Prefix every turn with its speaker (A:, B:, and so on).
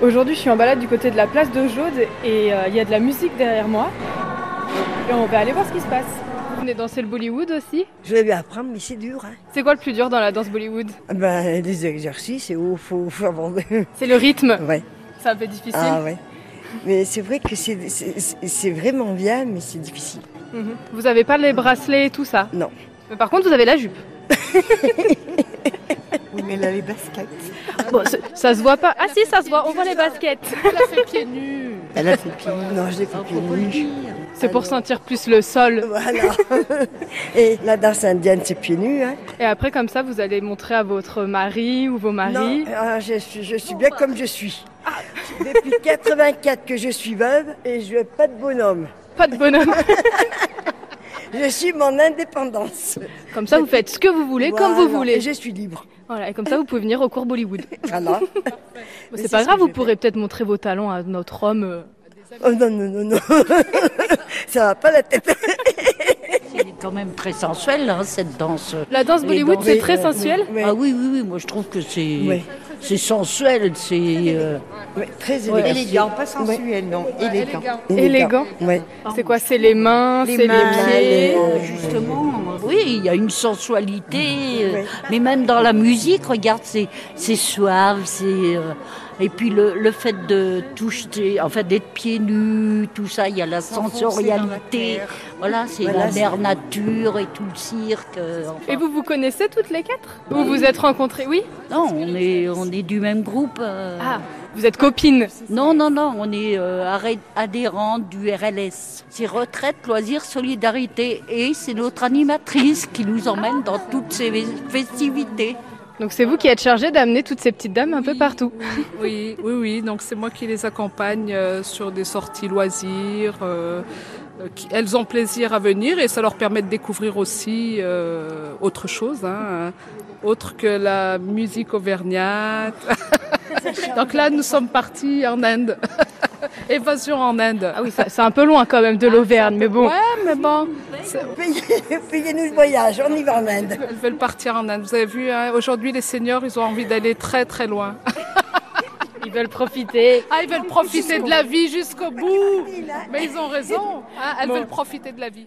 A: Aujourd'hui, je suis en balade du côté de la place de Jaude et il y a de la musique derrière moi. Et on va aller voir ce qui se passe. Vous venez danser le Bollywood aussi
B: Je vais bien apprendre, mais c'est dur. Hein.
A: C'est quoi le plus dur dans la danse Bollywood
B: Ah Ben, les exercices, et où faut, faut abandonner.
A: C'est le rythme.
B: Ouais.
A: C'est un peu difficile.
B: Ah ouais. Mais c'est vrai que c'est- c'est c'est- c'est vraiment bien, mais c'est difficile.
A: Mhm. Vous avez pas les bracelets et tout ça
B: Non.
A: Mais par contre, vous avez la jupe.
C: Oui, mais là, les baskets.
A: Bon, c'est- ça se voit pas. Ah si, ça se voit, on voit les baskets.
C: Elle a fait pieds
B: Non, je l'ai fait pieds nus.
A: C'est pour sentir plus le sol.
B: Voilà. et la danse indienne, c'est pieds nus. Hein.
A: Et après, comme ça, vous allez montrer à votre mari ou vos maris.
B: Non, ah, je suis, je suis bien comme je suis. Depuis 84 que je suis veuve et je veux pas de bonhomme.
A: Pas de bonhomme.
B: Je suis mon indépendance.
A: Comme ça, vous faites ce que vous voulez, comme
B: Voilà.
A: vous voulez.
B: Et je suis libre. Ah
A: Voilà, et comme ça, vous pouvez venir au cours Bollywood. Bon,
B: Voilà. Mais
A: c'est
B: c'est
A: pas
B: ce
A: grave,
B: que
A: vous
B: j'ai
A: pourrez peut-être montrer vos talents à notre homme. euh.
B: Oh non, non, non, non. Ça va pas la tête.
D: Elle est quand même très sensuelle, hein, cette danse.
A: La danse
D: Et
A: Bollywood,
D: dans-
A: c'est
D: oui,
A: très
D: euh,
A: sensuel.
B: Oui,
D: Ah oui, oui, oui, moi je trouve que c'est
B: Oui.
D: c'est sensuel, c'est... euh,
B: oui, très
D: Ouais.
B: élégant.
C: Élégant, pas sensuel, non, élégant.
A: Élégant.
B: Oui.
A: C'est quoi C'est les mains, c'est les
C: mains,
A: pieds.
D: euh, Justement, oui, il y a une sensualité, euh,
B: Oui.
D: mais même dans la musique, regarde, c'est c'est suave, c'est euh, et puis le, le fait de toucher, en fait d'être pieds nus, tout ça, il y a la sensorialité, voilà, c'est
B: Voilà,
D: la
B: c'est-
D: mère nature et tout le cirque. euh, enfin.
A: Et vous vous connaissez toutes les quatre Vous vous êtes rencontrées, oui
D: Non, on est on est du même groupe. euh,
A: Ah, vous êtes copines.
D: Non, non, non, on est euh, arrêt- adhérent du RLS. C'est Retraite, Loisirs, Solidarité. Et c'est notre animatrice qui nous emmène dans toutes ces vé- festivités.
A: Donc c'est vous qui êtes chargée d'amener toutes ces petites dames un peu partout.
E: Oui, oui, oui. Donc c'est moi qui les accompagne euh, sur des sorties loisirs. euh, euh, qui- elles ont plaisir à venir et ça leur permet de découvrir aussi euh, autre chose, hein, euh, autre que la musique auvergnate. Donc là, nous sommes partis en Inde. Évasion en Inde.
A: Ah oui, ça- c'est un peu loin quand même de l'Auvergne, mais bon.
E: Ouais, mais bon, c'est-
B: Payez- Payez-nous le voyage, on y va en Inde.
E: elles veulent partir en Inde. Vous avez vu, hein, aujourd'hui, les seniors, ils ont envie d'aller très très loin.
A: Ils veulent profiter.
E: Ah, ils Ah, veulent profiter de la vie jusqu'au bout. Mais ils ont raison. hein, elles veulent profiter de la vie.